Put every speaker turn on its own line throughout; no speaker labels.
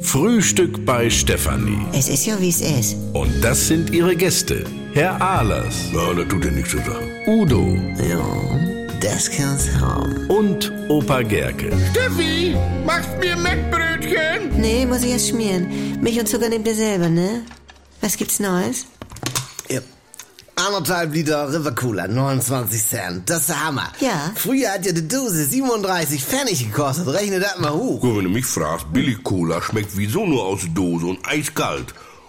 Frühstück bei Stefanie.
Es ist ja, wie es ist.
Und das sind ihre Gäste. Herr Ahlers. Ja, da tut er nichts zu sagen. Udo
Ja, das kann's haben.
und Opa Gerke.
Steffi, machst mir Mettbrötchen?
Nee, muss ich erst schmieren. Milch und Zucker nehmt ihr selber, ne? Was gibt's Neues?
Ja. Anderthalb Liter River Cooler, 29 Cent. Das ist der Hammer.
Ja.
Früher hat ja die Dose 37 Pfennig gekostet. Rechne das mal hoch.
Gut, wenn du mich fragst, Billig-Cola schmeckt wieso nur aus Dose und eiskalt.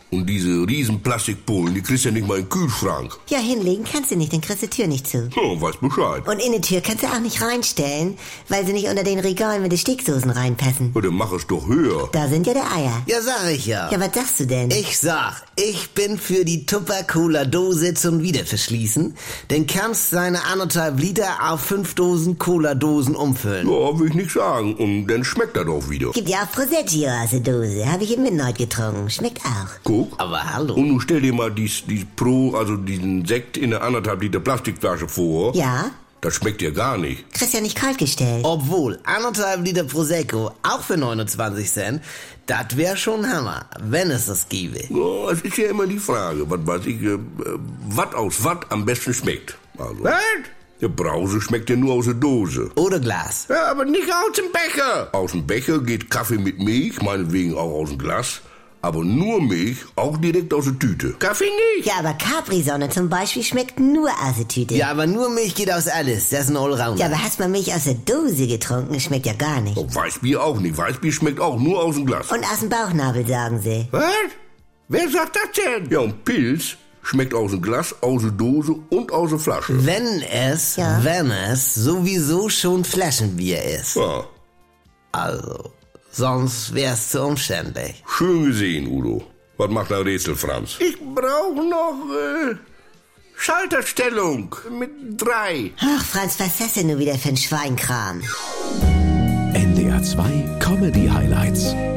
Und diese riesen Plastikpolen, die kriegst du ja nicht mal in den Kühlschrank.
Ja, hinlegen kannst du nicht, dann kriegst du die Tür nicht zu.
Ja, weiß Bescheid.
Und in die Tür kannst du auch nicht reinstellen, weil sie nicht unter den Regalen mit den Sticksoßen reinpassen.
Ja, dann mach es doch höher.
Da sind ja die Eier.
Ja, sag ich ja.
Ja, was sagst du denn?
Ich sag, ich bin für die Tupper Cola Dose zum Wiederverschließen. Denn kannst seine anderthalb Liter auf fünf Dosen Cola Dosen umfüllen.
Ja, will ich nicht sagen. Und dann schmeckt er doch wieder.
Gibt ja auch Prosecco aus der Dose. Habe ich im Midnight getrunken. Schmeckt auch.
Guck.
Aber hallo.
Und nun stell dir mal dies, dies Pro, also diesen Sekt in einer anderthalb Liter Plastikflasche vor.
Ja?
Das schmeckt dir gar nicht.
Kriegst ja nicht kalt gestellt.
Obwohl, anderthalb Liter Prosecco, auch für 29 Cent, das wär schon Hammer, wenn es das gäbe.
Ja, es ist ja immer die Frage, was weiß ich, äh, äh, was aus was am besten schmeckt. Also,
Was?
der Brause schmeckt ja nur aus der Dose.
Oder Glas.
Ja, aber nicht aus dem Becher.
Aus dem Becher geht Kaffee mit Milch, meinetwegen auch aus dem Glas, aber nur Milch, auch direkt aus der Tüte.
Kaffee nicht.
Ja, aber Capri-Sonne zum Beispiel schmeckt nur aus der Tüte.
Ja, aber nur Milch geht aus alles. Das ist ein Allrounder.
Ja, aber hast mal Milch aus der Dose getrunken? Schmeckt ja gar
Oh.
nicht.
Auch Weißbier auch nicht. Weißbier schmeckt auch nur aus dem Glas.
Und aus dem Bauchnabel, sagen sie.
Was? Wer sagt das denn?
Ja, und Pilz schmeckt aus dem Glas, aus der Dose und aus der
Mhm.
Flasche.
Wenn es,
Ja.
wenn es sowieso schon Flaschenbier ist.
Ja,
Also, sonst wär's zu umständlich.
schön gesehen, Udo. Was macht der Rätsel, Franz?
Ich brauche noch äh, Schalterstellung mit drei.
Ach, Franz, was ist das denn nur wieder für ein Schweinkram?
NDR 2 Comedy Highlights.